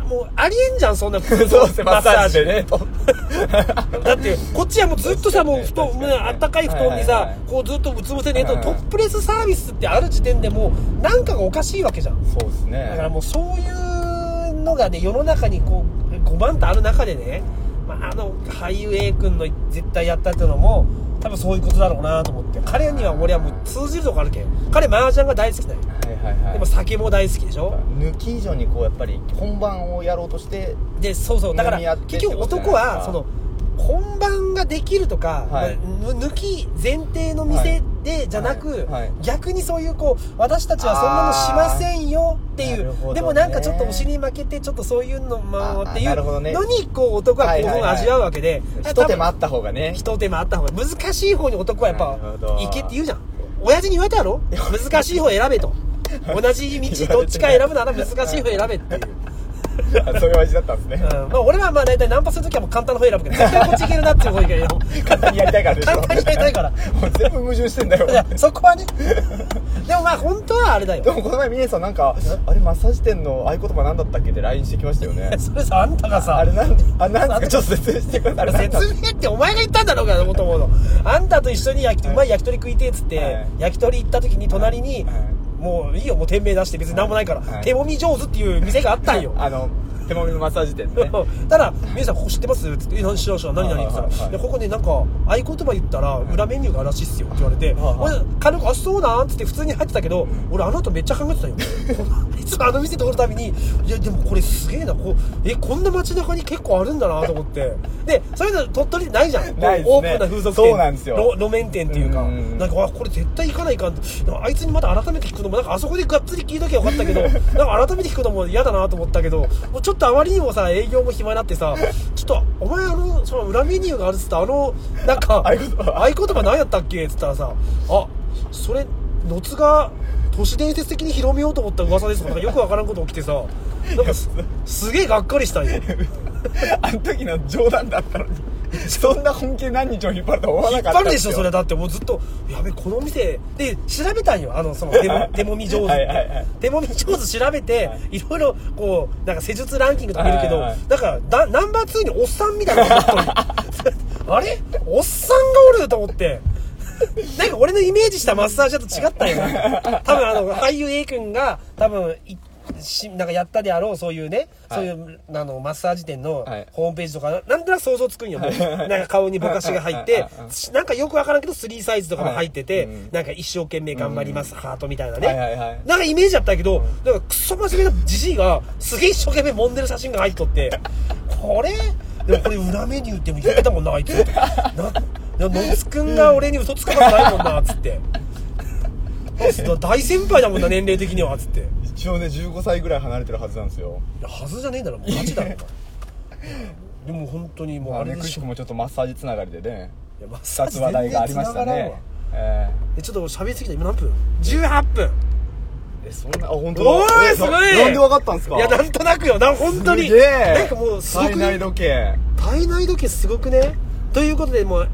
Speaker 2: もうありえんじゃんそん な
Speaker 1: そうですねマッサージでねトッ
Speaker 2: だってこっちはもうずっとさもう布団
Speaker 1: 確かにね
Speaker 2: あったかい布団にさ、
Speaker 1: はいはいはい
Speaker 2: こうずっとうつ伏せねと、
Speaker 1: はいはい
Speaker 2: トップレスサービスってある時点でもうなんかがおかしいわけじゃん
Speaker 1: プそうです
Speaker 2: だか
Speaker 1: ね
Speaker 2: らもうそういうのがね世の中にこう5万とある中でね、まあ、あの俳優 A 君の絶対やったっていうのも多分そういうことだろうなと思って彼には俺はもう通じるとこあるけん彼麻雀が大好きなんよ
Speaker 1: はいはいはい
Speaker 2: でも酒も大好きでしょ
Speaker 1: 抜き以上にこうやっぱり本番をやろうとして
Speaker 2: でそうそうだか
Speaker 1: 飲み屋
Speaker 2: ら
Speaker 1: って
Speaker 2: 結局
Speaker 1: ってことじ
Speaker 2: 男
Speaker 1: ゃないで
Speaker 2: は
Speaker 1: すか
Speaker 2: その本番ができるとか、
Speaker 1: はい
Speaker 2: まあぬ抜き前提の店でじゃなく、
Speaker 1: はいはい
Speaker 2: 逆にそういうこう私たちはそんなのしませんよってい
Speaker 1: あーな
Speaker 2: う
Speaker 1: る、ほどね
Speaker 2: でもなんかちょっとお尻負けてちょっとそういうのも
Speaker 1: あー
Speaker 2: ってい
Speaker 1: なるほど
Speaker 2: う
Speaker 1: ね
Speaker 2: のにこう男は興奮を味わうわけで、
Speaker 1: 一手間あ
Speaker 2: あ
Speaker 1: った方がね
Speaker 2: 一手間あった方が難しい方に男はやっ
Speaker 1: なるほど
Speaker 2: ぱ行けって言うじゃん親父に言われたやろ難しい 方選べと同じ道どっちか選ぶなら難しい方選べっていう。
Speaker 1: あ そういう味だったんですね
Speaker 2: うんまあ、俺はまあ大体ナンパするときはもう簡単な方選ぶけど絶対こっちいけるなっていう方いけど
Speaker 1: 簡単にやりたいからでしょ
Speaker 2: 簡単にやりたいから
Speaker 1: もう全部矛盾してんだよ
Speaker 2: いやそこは ねでもまあ本当はあれだよ
Speaker 1: でもこの前ミネさんなんかあれマッサージ店の合言葉なんだったっけって LINE してきましたよね
Speaker 2: それさ あんたがさ
Speaker 1: あれなんあなんですかちょっと説明してくださいあれなんだ
Speaker 2: 説明ってお前が言ったんだろうがもともとあんたと一緒に焼きうまい焼き鳥食いてえっつって、
Speaker 1: はい
Speaker 2: 焼き鳥行った時に隣に、
Speaker 1: はい
Speaker 2: もういいよもう店名出して別に何もないから、
Speaker 1: はい
Speaker 2: 手もみ上手っていう店があったんよ
Speaker 1: あの手もみのマッサージ店ね
Speaker 2: ただ「皆さんここ知ってます?」って言って「え何知らん知らん何何?」って言
Speaker 1: はい
Speaker 2: っ
Speaker 1: はいは
Speaker 2: たら
Speaker 1: い
Speaker 2: いや「ここねなんか合言葉言ったら裏メニューがあるらしいっすよ」って言われて
Speaker 1: はいはい
Speaker 2: 俺軽く「あそうなん?」っつって普通に入ってたけど俺あの後めっちゃ考えてたよ いつもあの店通るたびに「いやでもこれすげえなこうえこんな街中に結構あるんだな」と思ってでそういうの鳥取ないじゃん
Speaker 1: ないですね
Speaker 2: オープンな風俗店
Speaker 1: そうなんですよ
Speaker 2: ろ路面店っていうか
Speaker 1: うんうんうん
Speaker 2: なんかあこれ絶対行かないかんってなんかあいつにまた改めて聞くのもなんかあそこでがっつり聞いときゃよかったけどなんか改めて聞くのも嫌だなと思ったけどもうちょっとあまりにもさ営業も暇になってさちょっとお前あのその裏メニューがあるっつってあのなんか
Speaker 1: 合言葉
Speaker 2: 合言葉何やったっけっつったらさあそれのつが都市伝説的に広めようと思った噂ですとかなんかよくわからんこと起きてさなんかすすげえがっかりしたんよ
Speaker 1: あの時の冗談だったのにそんな本気で何日も引っ張るとは思わ
Speaker 2: 引
Speaker 1: な
Speaker 2: っ
Speaker 1: かった
Speaker 2: 張
Speaker 1: ん
Speaker 2: るですしょ
Speaker 1: よ
Speaker 2: それだってもうずっとやべこの店で調べたんよあのその手も手もみ上手って
Speaker 1: はいはいはい
Speaker 2: 手もみ上手調べて、い、ろいろこうなんか施術ランキングとか見るけど、
Speaker 1: はいはいはい
Speaker 2: なんかだナンバー2におっさんみたいなのがおっと あれおっさんがおると思ってなんか俺のイメージしたマッサージ屋と違ったよね多分あの俳優 A 君が多分いしなんかやったであろうそういうね、
Speaker 1: はい
Speaker 2: そういうあのマッサージ店の
Speaker 1: はい
Speaker 2: ホームページとか、なんとなく想像つくんよもうなんか顔にぼかしが入っ
Speaker 1: はい
Speaker 2: て
Speaker 1: はいはいはい
Speaker 2: しなんかよくわからんけど3サイズとかも入ってて、
Speaker 1: はいうん
Speaker 2: なんか一生懸命頑張ります、ハートみたいなね、
Speaker 1: はいはいはい
Speaker 2: なんかイメージだったけど、なんかクソ真面目なじじいがすげえ一生懸命揉んでる写真が入っとってこれでもこれ裏メニューっても言ってたもんなあいつななのつくんが俺に嘘つくことないもんなっつって大先輩だもんな年齢的にはっつってい
Speaker 1: 一応ね15歳ぐらい離れてるはずなんですよ
Speaker 2: やはずじゃねえんだろもうガチだ ろお前でも本当にもう
Speaker 1: ま
Speaker 2: あ
Speaker 1: あ
Speaker 2: れ
Speaker 1: ね
Speaker 2: で
Speaker 1: くし
Speaker 2: しょ
Speaker 1: くもちょっとマッサージつながりでね
Speaker 2: いやマッサ
Speaker 1: 2
Speaker 2: ージ
Speaker 1: つ話題がありました
Speaker 2: 全然繋がらんわ
Speaker 1: ねえ
Speaker 2: えちょっと俺喋りすぎた今何分 ?18 分
Speaker 1: ーえそんなあ本当だ
Speaker 2: おーいすごい
Speaker 1: ななんでわかったんですか
Speaker 2: いやなんとなくよな本当に
Speaker 1: すげえ
Speaker 2: なんかもうすごく
Speaker 1: 体内時計
Speaker 2: 体内時計すごくねということでもう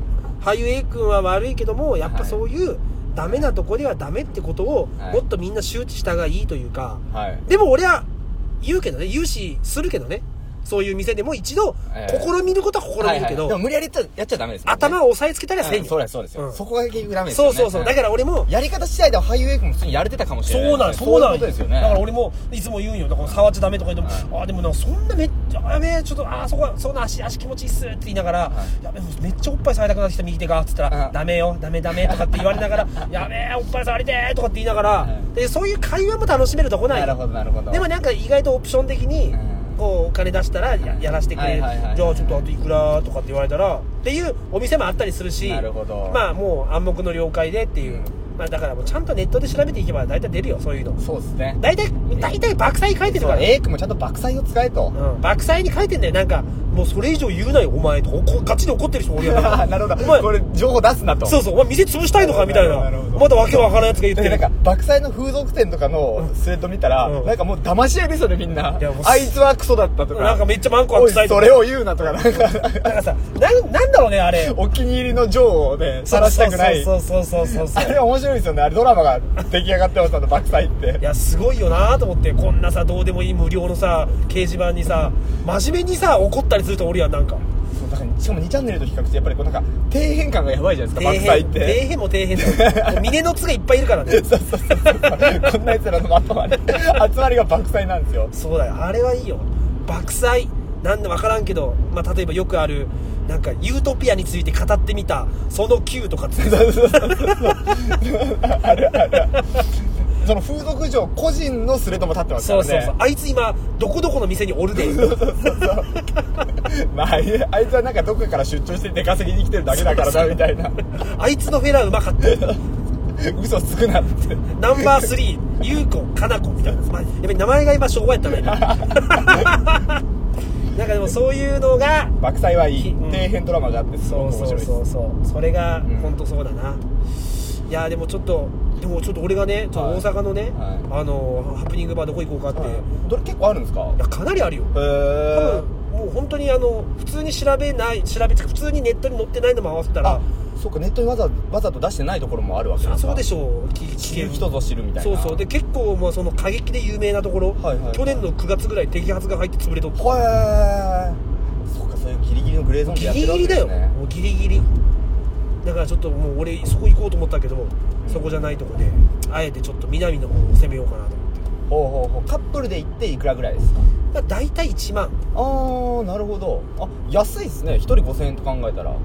Speaker 2: 俳優 A 君は悪いけどもやっぱそういうダメなとこではダメってことを
Speaker 1: はい
Speaker 2: もっとみんな周知した方がいいというか、
Speaker 1: はい
Speaker 2: でも俺は言うけどね融資するけどねそういう店でも一度
Speaker 1: ええ
Speaker 2: 試みることは試みるけど、
Speaker 1: はいはいでも無理やりやっちゃやっちゃダメですもんね
Speaker 2: 頭を押さえつけたりはせん
Speaker 1: う
Speaker 2: よ、
Speaker 1: んそうですそうですよ、
Speaker 2: うん
Speaker 1: そこが結局ダメですよ
Speaker 2: そ
Speaker 1: ね
Speaker 2: うそうそうだからら俺も
Speaker 1: やり方次第ではハイウェイ君も普通にやれてたかもしれない
Speaker 2: そうなん
Speaker 1: そういうこと
Speaker 2: よ
Speaker 1: ですよね
Speaker 2: だから俺もいつも言うんよだから触っちゃダメとか言っても、あでもなんかそんなめっちゃあやべえちょっとあそこそんな足足気持ちいいっすって言いながら、やべえもうめっちゃおっぱい触りたくなってきた右手がっつったら、
Speaker 1: うん
Speaker 2: ダメよダメダメとかって言われな がらやべえおっぱい触りてーとかって言いながら、
Speaker 1: い
Speaker 2: でそういう会話も楽しめるとこない
Speaker 1: なるほどなるほど
Speaker 2: でもなんか意外とオプション的に
Speaker 1: うん
Speaker 2: こうお金出したらややらせてくれる、
Speaker 1: はいはいはい
Speaker 2: じゃあちょっとあといくらとかって言われたらっていうお店もあったりするし
Speaker 1: なるほど
Speaker 2: まあもう暗黙の了解でっていう、
Speaker 1: うん
Speaker 2: まあ、だからもうちゃんとネットで調べていけば大体出るよそういうの
Speaker 1: そうですね
Speaker 2: 大体大体爆災書いてる
Speaker 1: そう
Speaker 2: から
Speaker 1: だ A 君もちゃんと爆災を使えと、
Speaker 2: うん、爆災に書いてんだよなんかもうそれ以上言うなよお前と怒ガチで怒ってる人俺やから
Speaker 1: なるほ
Speaker 2: お
Speaker 1: ど
Speaker 2: 前
Speaker 1: これ情報出すなと
Speaker 2: そうそうお前店潰したいのかみたいな
Speaker 1: なるほど
Speaker 2: またわけわからんやつが言って
Speaker 1: で
Speaker 2: る
Speaker 1: なんか爆災の風俗店とかのスレッド見たら、
Speaker 2: うん
Speaker 1: なんかもう騙し合いですよねみんない
Speaker 2: やもう
Speaker 1: あいつはクソだったとか
Speaker 2: なんかめっちゃマンコは
Speaker 1: おい
Speaker 2: 臭いと
Speaker 1: そ
Speaker 2: か
Speaker 1: れを言うなとかなんか
Speaker 2: なんかさなんなんだろうねあれ
Speaker 1: お気に入りの女王をね晒したくない
Speaker 2: そうそうそうそうそう
Speaker 1: あれ面白いですよねあれドラマが出来上がってましたの爆災って
Speaker 2: いやすごいよなと思ってこんなさどうでもいい無料のさ掲示板にさ真面目にさ怒ったりするとおるやんなんか
Speaker 1: そうだからしかも2チャンネルと比較してやっぱりこうなんか底辺感がやばいじゃないですか爆災っ
Speaker 2: 底
Speaker 1: て
Speaker 2: 辺も底辺だよ峰の津がいっぱいいるからね
Speaker 1: そうそうそうそうこんなやつらのまとまり集まりが爆災なんですよ
Speaker 2: そうだよあれはいいよ爆災なんで分からんけど、まあ、例えばよくあるなんかユートピアについて語ってみたその Q とかつって
Speaker 1: あるあるその風俗嬢個人のスレッドも立ってますか
Speaker 2: そ
Speaker 1: ら
Speaker 2: う
Speaker 1: ね
Speaker 2: そうそうあいつ今どこどこの店に おるで
Speaker 1: まあ、あいあいつはなんかどっかから出張して出稼ぎに来てるだけだからなみたいな
Speaker 2: あいつのフェラーうまかった
Speaker 1: 嘘つくなって
Speaker 2: ナンバー3優子かな子みたいな、まあ、やっぱり名前が今昭和やっ たねなんかでもそういうのが
Speaker 1: 爆災はいい、
Speaker 2: うん
Speaker 1: 底辺ドラマがあってす
Speaker 2: そ
Speaker 1: ご
Speaker 2: う
Speaker 1: く面
Speaker 2: そ
Speaker 1: 白いうです
Speaker 2: そうそうそれが
Speaker 1: ん
Speaker 2: 本当そうだな、いやーでもちょっとでもちょっと俺がねちょ
Speaker 1: はい
Speaker 2: っと大阪のね、
Speaker 1: は
Speaker 2: あのーハプニングバーどこ行こうかって、い、
Speaker 1: はいどれ結構あるんですか
Speaker 2: やかなりあるよ
Speaker 1: へ
Speaker 2: 多
Speaker 1: え
Speaker 2: 分もう本当にあの普通に調べない調べて普通にネットに載ってないのも合わせたら
Speaker 1: あそうかネットにわざわざと出してないところもあるわけです
Speaker 2: あ
Speaker 1: か
Speaker 2: そうでし
Speaker 1: ょ
Speaker 2: ょう聞聞ける
Speaker 1: 人ぞ知るみたい
Speaker 2: そ
Speaker 1: な
Speaker 2: うそうで結構もうその過激で有名なところ、
Speaker 1: はいはいはい
Speaker 2: 去年の9月ぐらい摘発が入って潰れとった
Speaker 1: へえそうかそういうギリギリのグレーゾーンで
Speaker 2: ギ
Speaker 1: やって
Speaker 2: リ
Speaker 1: るわ
Speaker 2: ギ
Speaker 1: け
Speaker 2: リ
Speaker 1: で
Speaker 2: だ
Speaker 1: す
Speaker 2: よ、
Speaker 1: ね
Speaker 2: もうギリギリだからちょっともう俺そこ行こうと思ったけどそこじゃないとこであえてちょっと南の方を攻めようかなと思って、
Speaker 1: ほうほうほうカップルで行っていくらぐらいですか
Speaker 2: まあ、大体1万
Speaker 1: あーなるほどあ安いですね1人5000円と考えたら
Speaker 2: うん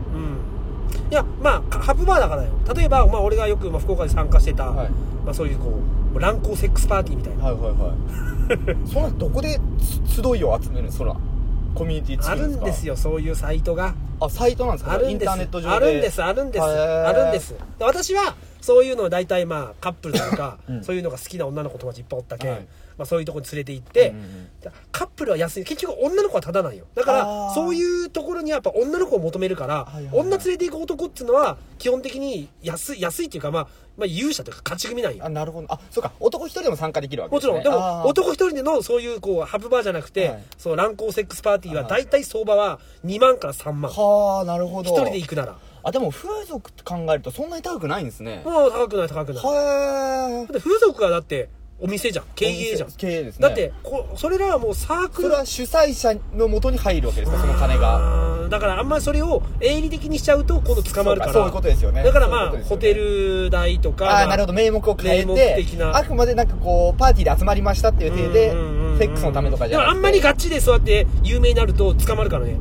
Speaker 2: いやまあハプバーだからよ例えば、まあ、俺がよくまあ福岡で参加してた、
Speaker 1: はい
Speaker 2: まあ、そういうこう乱交セックスパーティーみたいな
Speaker 1: はいはいはい そんなどこでつ集いを集めるんですそらコミュニティチ
Speaker 2: あ
Speaker 1: ーム
Speaker 2: るんです
Speaker 1: よ
Speaker 2: よそういうサイトが
Speaker 1: あサイトなんですか
Speaker 2: あるん
Speaker 1: イン
Speaker 2: です
Speaker 1: ターネット上で
Speaker 2: あるんですあるんです
Speaker 1: へー
Speaker 2: あるんですで私はそういうのを大体まあカップルとか、
Speaker 1: うん
Speaker 2: そういうのが好きな女の子友達いっぱいおったけん、
Speaker 1: はい
Speaker 2: まあ、そういうとこに連れて行って、
Speaker 1: うんうんうん
Speaker 2: カップルは安い結局女の子はただなんよだか
Speaker 1: あ
Speaker 2: ら
Speaker 1: ー
Speaker 2: そういうところにやっぱ女の子を求めるから、
Speaker 1: はいはいはい
Speaker 2: 女連れて行く男っていうのは基本的に安い安いっていうかまあ、まあ、勇者というか勝ち組なんよ
Speaker 1: あなるほどあそうか男一人でも参加できるわけ
Speaker 2: も
Speaker 1: です、
Speaker 2: ち
Speaker 1: ね、
Speaker 2: ろん、で
Speaker 1: あ
Speaker 2: も、
Speaker 1: ー
Speaker 2: 男一人でのそういう、こう、ハブバーじゃなくて、
Speaker 1: はい
Speaker 2: その乱交セックスパーティーは、
Speaker 1: はい
Speaker 2: 大体相場は2万から3万。
Speaker 1: はあなるほど
Speaker 2: 一人で行くなら。
Speaker 1: あでも風俗って考えるとそんなに高くないんですね、
Speaker 2: もう高くない高くない。
Speaker 1: は
Speaker 2: だって風俗はだってお店じゃん経営じゃん
Speaker 1: お店経営ですね
Speaker 2: だってこそれらはもうサー
Speaker 1: そ
Speaker 2: ク
Speaker 1: れ
Speaker 2: ル
Speaker 1: は主催者のもとに入るわけですかその金が
Speaker 2: あーだからあんまりそれを営利的にしちゃうと今度捕まるから
Speaker 1: そうかそういうことですよね
Speaker 2: だからまあ
Speaker 1: そういうこ
Speaker 2: ホ
Speaker 1: とです
Speaker 2: テ
Speaker 1: よね
Speaker 2: ル代とか
Speaker 1: あーなるほど名目を変え
Speaker 2: 名目
Speaker 1: て
Speaker 2: 的な
Speaker 1: あくまでなんかこうパーティーで集まりましたっていう体で
Speaker 2: うんうんうんうん
Speaker 1: セックスのためとかじゃ
Speaker 2: で
Speaker 1: なく
Speaker 2: もあ
Speaker 1: て
Speaker 2: んまりガチでそうやって有名になると捕まるからね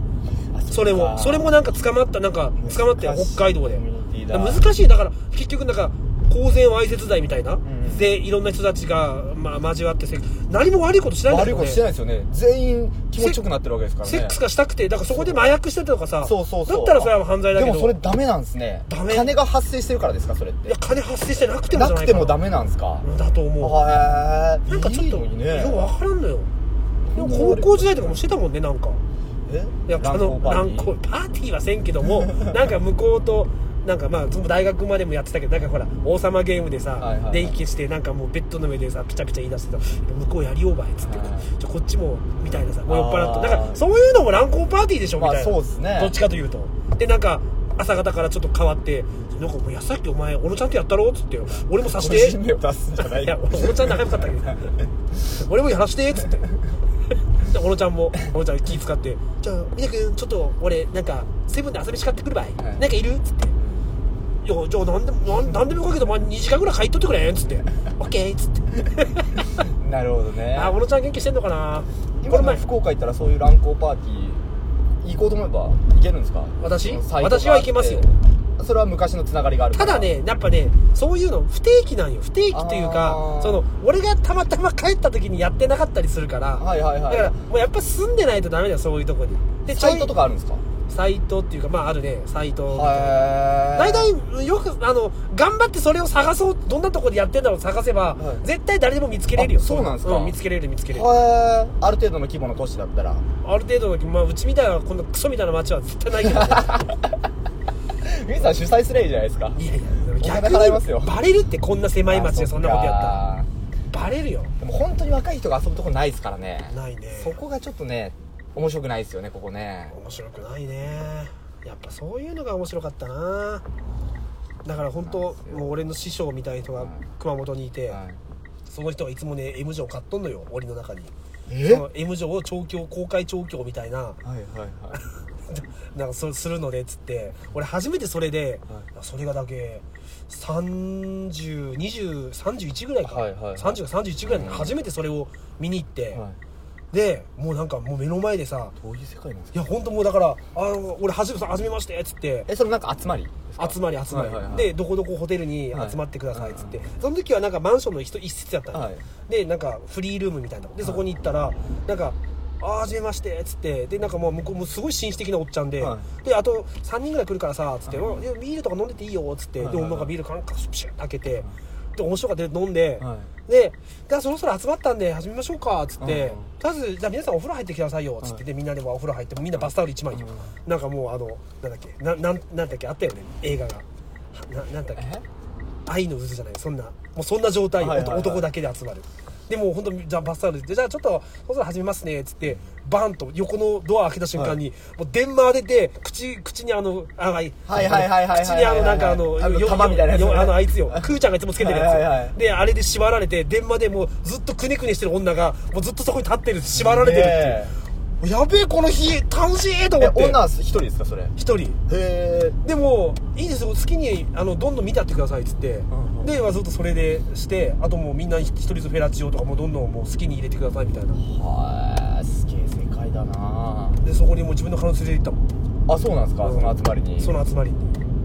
Speaker 1: あっか
Speaker 2: それもそれもなんか捕まったなんか捕まったよ
Speaker 1: 難しい
Speaker 2: 北海道で
Speaker 1: コミュニティだ
Speaker 2: 難しいだから結局なんか公然わいせつ罪みたいな、
Speaker 1: ん
Speaker 2: でいろんな人たちが、まあ、交わってセックス何も悪いことしないんだ
Speaker 1: 悪
Speaker 2: け
Speaker 1: い
Speaker 2: ど、ね、
Speaker 1: ことしてないですよね全員気持ちよくなってるわけですからね
Speaker 2: セックスがしたくてだからそこで麻薬してたとかさ
Speaker 1: そうそうそう
Speaker 2: だったらそれは犯罪だけど
Speaker 1: でもそれダメなんですね
Speaker 2: ダメ
Speaker 1: 金が発生してるからですかそれっ
Speaker 2: い
Speaker 1: て
Speaker 2: や金発生してなくても
Speaker 1: な
Speaker 2: じゃな
Speaker 1: く
Speaker 2: い
Speaker 1: て
Speaker 2: か
Speaker 1: もダメなんですか
Speaker 2: だと思
Speaker 1: へえ
Speaker 2: うなんかちょ
Speaker 1: い
Speaker 2: っと
Speaker 1: いのにね
Speaker 2: よくわからんのよで
Speaker 1: こん
Speaker 2: も
Speaker 1: な
Speaker 2: 高校時代とかもしてたもんねなんか
Speaker 1: え
Speaker 2: いやあの乱交パーティーはせんけ どもなんか向こうとなんかまあその大学までもやってたけどなんかほら王様ゲームでさ、
Speaker 1: はいはいはい
Speaker 2: 電気消してなんかもうベッドの上でさピチャピチャ言い出してた向こうやりようばいっつって、
Speaker 1: はい
Speaker 2: じゃあこっちもみたいなさもう酔っ払っ
Speaker 1: あ
Speaker 2: て
Speaker 1: ー
Speaker 2: なんかそういうのも乱交パーティーでしょみ
Speaker 1: まあ
Speaker 2: たいな、
Speaker 1: そうっすね
Speaker 2: どっちかというとでなんか朝方からちょっと変わってなんかもうやさっきお前小野ちゃんとやったろっつって俺もさし
Speaker 1: 個
Speaker 2: て
Speaker 1: 人名を出すんじゃない
Speaker 2: いや俺小野ちゃん仲良かったけど俺もやらしてっつってで小野ちゃんも小野ちゃん気使って「じゃあ峰君ちょっと俺なんかセブンで朝飯買ってくるばい、
Speaker 1: はい
Speaker 2: なんかいる?」っつって「いやじゃあ何でもなん何でもよかけど、まあ、2時間ぐらい帰っとってくれ」っつって「オッケー」っつって
Speaker 1: なるほど
Speaker 2: 「
Speaker 1: ね
Speaker 2: あ小野ちゃん元気してんのかなこ
Speaker 1: 今
Speaker 2: の
Speaker 1: の
Speaker 2: 前
Speaker 1: 前福岡行ったらそういう乱交パーティー行こうと思えば行けるんですか
Speaker 2: 私
Speaker 1: そのサイトがあって
Speaker 2: 私は行けますよ
Speaker 1: それは昔のつながりがあるか
Speaker 2: た
Speaker 1: ら
Speaker 2: だねやっぱねそういうの不定期なんよ不定期というか
Speaker 1: あー
Speaker 2: その俺がたまたま帰った時にやってなかったりするから、
Speaker 1: はいはいはい
Speaker 2: だからもうやっぱ住んでないとダメだよそういうとこにでちょい
Speaker 1: サイトとかあるんですか
Speaker 2: サイトっていうかまああるねサイトみたいな
Speaker 1: は
Speaker 2: 大体よくあの頑張ってそれを探そうどんなとこでやってんだろう探せば、
Speaker 1: はい
Speaker 2: 絶対誰でも見つけれるよ
Speaker 1: あそうなんですか
Speaker 2: 見つけれる見つけれる
Speaker 1: はある程度の規模の都市だったら
Speaker 2: ある程度の、まあ、うちみたいなこんなクソみたいな街は絶対ないけどね
Speaker 1: 皆さん主催すればいいじゃ ないですか
Speaker 2: いやいや
Speaker 1: お金払いますよ
Speaker 2: バレるってこんな狭い街でそんなことやった
Speaker 1: あ
Speaker 2: らバレるよ
Speaker 1: そっかでも本当に若い人が遊ぶとこないですからね
Speaker 2: ないね
Speaker 1: そこがちょっとね面白くないですよねここね
Speaker 2: 面白くないねやっぱそういうのが面白かったなだから本当
Speaker 1: そうなんですよ
Speaker 2: もう俺の師匠みたいな人が熊本にいて、
Speaker 1: はい
Speaker 2: その人はいつもね M 錠買っとんのよ檻の中に
Speaker 1: え
Speaker 2: そ
Speaker 1: は
Speaker 2: の M 錠を調教公開調教みたいない
Speaker 1: はいはい
Speaker 2: なんかそうするのでっつって俺初めてそれで、
Speaker 1: は
Speaker 2: それがだけ302031ぐらいか、
Speaker 1: はいはいはい
Speaker 2: 30か31ぐらいで
Speaker 1: うん
Speaker 2: 初めてそれを見に行って、
Speaker 1: はい
Speaker 2: でもうなんかもう目の前でさ
Speaker 1: どういう世界なんです
Speaker 2: いや本当もうだからあの俺初め初めましてっつって
Speaker 1: えそれなんか集まりですか
Speaker 2: 集まり集まり、
Speaker 1: はいはいはい
Speaker 2: でどこどこホテルに集まってくださいっつって、その時はなんかマンションの一一室だったの、
Speaker 1: はい
Speaker 2: でなんかフリールームみたいなでそこに行ったら、なんか「ああ初めまして」っつってでなんかもう向こうもうすごい紳士的なおっちゃんで、
Speaker 1: は
Speaker 2: であと3人ぐらい来るからさっつって、うんいやビールとか飲んでていいよ」っつって、
Speaker 1: はい
Speaker 2: で
Speaker 1: はい
Speaker 2: なんかビールカンカンシュッシュッ開けて、で面白かったで飲んで、
Speaker 1: は
Speaker 2: でじゃあそろそろ集まったんで始めましょうかっつって、
Speaker 1: うん
Speaker 2: とりあえずじゃあ皆さんお風呂入ってきてくださいよっつって、
Speaker 1: はい
Speaker 2: でみんなでお風呂入ってみんなバスタオル1枚よ、
Speaker 1: う
Speaker 2: なんかもうあのなんだっけななんなんだっけあったよね映画がななんだっけ
Speaker 1: え
Speaker 2: 愛の渦じゃないそんなもうそんな状態よ、
Speaker 1: はいはいはい
Speaker 2: 男だけで集まるでもう本当にじゃあバスタオルでじゃあちょっとそろそろ始めますねっつってバンと横のドア開けた瞬間に、もう電話出て口口にあのあはい
Speaker 1: はいはいはいはいはいはいはい
Speaker 2: 口にあのなんかあの
Speaker 1: あの
Speaker 2: よ
Speaker 1: 玉みたいなやつね
Speaker 2: よあのあ いつよクーちゃんがいつもつけてるやつ、
Speaker 1: はいはいはい
Speaker 2: であれで縛られて電話でもうずっとくねくねしてる女がもうずっとそこに立ってる縛られてるっていう、やべえこの日楽しいと思
Speaker 1: え
Speaker 2: って
Speaker 1: 女は一人ですかそれへ
Speaker 2: 一人
Speaker 1: え
Speaker 2: でもいいですよ好きにあのどんどん見てやってくださいっつっ
Speaker 1: ん
Speaker 2: て、
Speaker 1: うん
Speaker 2: でまあずっとそれでしてあともうみんな一人ずつフェラチオとかもどんどんもう好きに入れてくださいみたいな
Speaker 1: はあすげえ世界だな
Speaker 2: でそこにもう自分の彼女連れて行ったも
Speaker 1: あそうなんですかその集まりに
Speaker 2: んその集まりに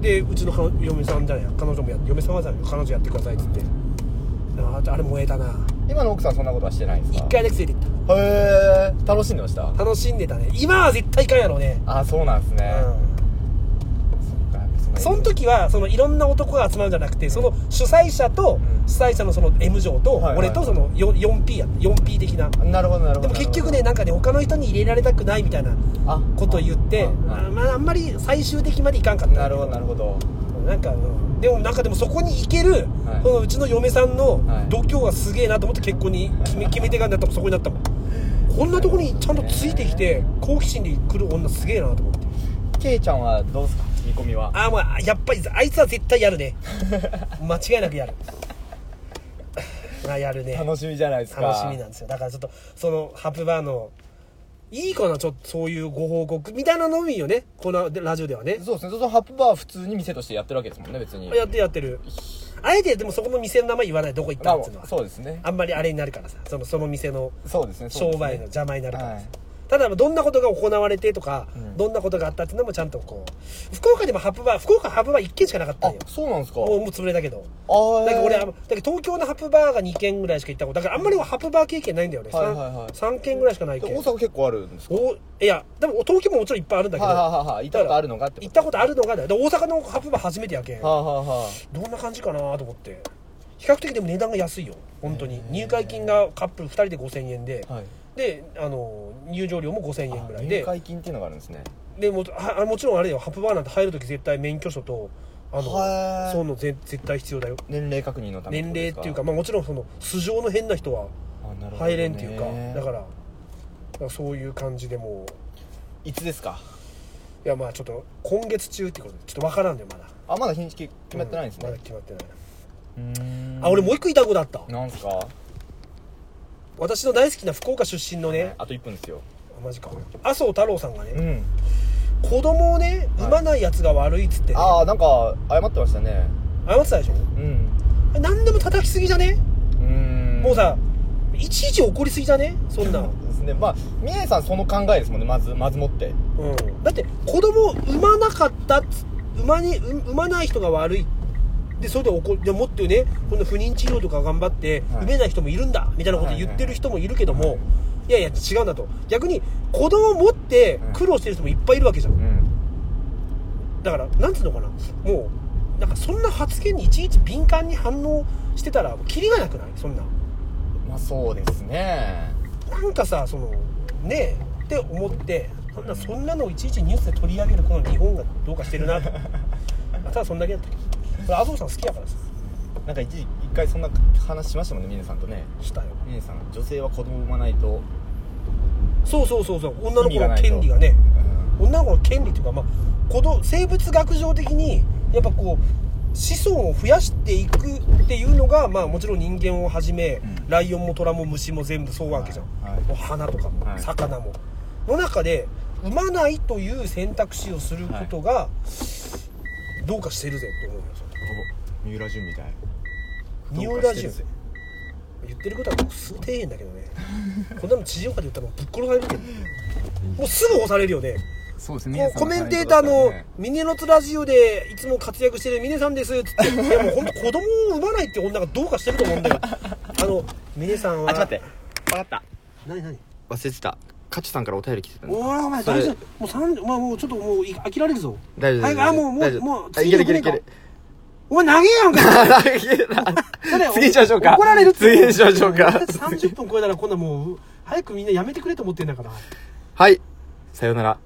Speaker 2: でうちの彼女嫁さんじゃない彼女もや嫁さんはじゃない彼女やってくださいっつってああれ燃えたな
Speaker 1: 今の奥さんそんなことはしてないんです
Speaker 2: 一
Speaker 1: か
Speaker 2: 回だけ連れて行っ
Speaker 1: へえ楽しんでました
Speaker 2: た楽しんでたね今は絶対いかんやろうね
Speaker 1: あそうなんですね
Speaker 2: うんその時はそのいろんな男が集まるんじゃなくてその主催者と
Speaker 1: うん
Speaker 2: 主催者のその M 嬢と
Speaker 1: はいはい
Speaker 2: 俺とそのよ 4P や 4P 的な
Speaker 1: なるほどなるほ
Speaker 2: で
Speaker 1: ど
Speaker 2: も結局ねなんかね他の人に入れられたくないみたいな
Speaker 1: あ
Speaker 2: ことを言って
Speaker 1: あ
Speaker 2: あ,、まあ、あんまり最終的までいかんかった
Speaker 1: なるほどなるほど
Speaker 2: なんかうんでもなんかでもそこに行ける、
Speaker 1: はい
Speaker 2: そのうちの嫁さんの
Speaker 1: はい
Speaker 2: 度胸がすげえなと思って結婚に決め決め手がなったもんそこになったもんこんなとこにちゃんとついてきて好奇心で来る女すげえなと思って
Speaker 1: ケイちゃんはどうですか見込みは
Speaker 2: ああもうやっぱりあいつは絶対や るね間違いなくやるまあやるね
Speaker 1: 楽しみじゃないですか
Speaker 2: 楽しみなんですよだからちょっとそのハプバーのいいかなちょっとそういうご報告みたいなのみよねこのラジオではね
Speaker 1: そうですねそのハップバーは普通に店としてやってるわけですもんね別に
Speaker 2: やってやってるあえてでもそこの店の名前言わないどこ行
Speaker 1: ま
Speaker 2: った
Speaker 1: あ
Speaker 2: っつうのは
Speaker 1: そうですね
Speaker 2: あんまりあれになるからさそのその店の
Speaker 1: そうですねそうで
Speaker 2: 商
Speaker 1: すね
Speaker 2: 売の邪魔になるから
Speaker 1: は
Speaker 2: さ
Speaker 1: い
Speaker 2: ただどんなことが行われてとか、
Speaker 1: うん
Speaker 2: どんなことがあったっていうのもちゃんとこう福岡でもハプバー福岡ハプバー1軒しかなかった
Speaker 1: あ
Speaker 2: んよ
Speaker 1: そうなんですか
Speaker 2: もうもう潰れたけど
Speaker 1: あー
Speaker 2: だから俺あのだけど東京のハプバーが2軒ぐらいしか行ったことだからあんまり俺ハプバー経験ないんだよね、
Speaker 1: はい
Speaker 2: 三
Speaker 1: はいはい
Speaker 2: 3軒ぐらいしかない
Speaker 1: で
Speaker 2: け
Speaker 1: 大
Speaker 2: ど
Speaker 1: 阪結構あるんですか
Speaker 2: おいやでも東京ももちろんいっぱいあるんだけど、
Speaker 1: はいはいはいはい行ったことあるのがってこと
Speaker 2: 行ったことあるのがだよで大阪のハプバー初めてやけん
Speaker 1: はあはあは
Speaker 2: どんな感じかなと思って比較的でも値段が安いよ本当に入会金がカップル2人で5000円で、
Speaker 1: あはい
Speaker 2: であの入場料も5000円ぐらいで
Speaker 1: 入会金っていうのがあるんですね
Speaker 2: でもあもちろんあれよハプバーなんて入るとき絶対免許証とあの
Speaker 1: へー
Speaker 2: そういうのぜ絶対必要だよ
Speaker 1: 年齢確認のため
Speaker 2: 年齢っていうか、
Speaker 1: こ
Speaker 2: まあ、もちろんその素性の変な人は
Speaker 1: とですかあなるほどね
Speaker 2: 入れんっていうか、だからだからそういう感じでもう
Speaker 1: いつですか
Speaker 2: いやまあちょっと今月中っていうことでちょっとわからんだよまだ
Speaker 1: あまだ日にち決まってないんですね、
Speaker 2: まだ決まってない、
Speaker 1: うーん
Speaker 2: あ俺もう一個言いたいことあった
Speaker 1: なんすか、
Speaker 2: 私の大好きな福岡出身のね、
Speaker 1: あと1分ですよ
Speaker 2: あマジか麻生太郎さんがね、
Speaker 1: ん
Speaker 2: 子供をね
Speaker 1: はい
Speaker 2: 産まないやつが悪いっつって、ね
Speaker 1: ああなんか謝ってましたね
Speaker 2: 謝ってたでしょ
Speaker 1: うん
Speaker 2: あれ何でも叩きすぎじゃね、
Speaker 1: うーん
Speaker 2: もうさいちいち怒りすぎじゃねそんな、うん、
Speaker 1: ですねまあミネさんその考えですもんねまずまずもって
Speaker 2: だって子供を産まなかったっつ産まに産産まない人が悪いでそれで怒でもっとねこの不妊治療とか頑張って
Speaker 1: はい
Speaker 2: 産めない人もいるんだみたいなこと言ってる人もいるけども、いやいや違うんだと逆に子供を持って苦労してる人もいっぱいいるわけじゃん
Speaker 1: ん
Speaker 2: だからなんつうのかなもうなんかそんな発言にいちいち敏感に反応してたらもうキリがなくないそんな
Speaker 1: まあそうですね
Speaker 2: なんかさそのねえって思ってそんなそんなのをいちいちニュースで取り上げるこの日本がどうかしてる なとただそんだけだったけどそれ麻生さん好きやからさ
Speaker 1: なんか一時一回そんな話しましたもんね峰さんとね
Speaker 2: したよ
Speaker 1: 峰さん女性は子供産まないと
Speaker 2: そうそうそうそう女の
Speaker 1: 意味
Speaker 2: 子
Speaker 1: が
Speaker 2: の
Speaker 1: ないと
Speaker 2: 権利がね
Speaker 1: うん
Speaker 2: 女の子の権利というか、まあ、子ど生物学上的にやっぱこう子孫を増やしていくっていうのが、まあ、もちろん人間をはじめ、
Speaker 1: ん
Speaker 2: ライオンも虎も虫も全部そうわけじゃん、
Speaker 1: はいはい
Speaker 2: もう花とかも、
Speaker 1: はい
Speaker 2: 魚もの中で産まないという選択肢をすることが、どうかしてるぜって思うよそれ
Speaker 1: お三浦淳みたい
Speaker 2: 三
Speaker 1: どう
Speaker 2: 浦
Speaker 1: かしてる
Speaker 2: 淳
Speaker 1: ぜ
Speaker 2: 言ってることはすぐ底辺だけどねこんなの地上波で言ったらもうぶっ殺されるけどもうすぐ押されるよね
Speaker 1: そうです
Speaker 2: もうコメンテーターの「ミネのつラジオ」でいつも活躍してるミネさんですっつっていやもう本当子供を産まないって女がどうかしてると思うんだよ あのミネさんは
Speaker 1: あちょっと待って分かった
Speaker 2: 何何
Speaker 1: 忘れてたカチュさんからお便り来てたん
Speaker 2: おおお前
Speaker 1: それ
Speaker 2: 大丈夫もう三お前もうちょっともうい飽きられるぞ
Speaker 1: 大丈夫
Speaker 2: はいあもうも
Speaker 1: 大
Speaker 2: う
Speaker 1: 丈夫
Speaker 2: もう
Speaker 1: あいけるいけるいける
Speaker 2: お前投げやん か
Speaker 1: あいける な
Speaker 2: それ
Speaker 1: 次にしましょうか
Speaker 2: 怒られるって
Speaker 1: 次にしましょう か
Speaker 2: 30分超えたら今度はもう早くみんなやめてくれと思ってんだから
Speaker 1: はいさようなら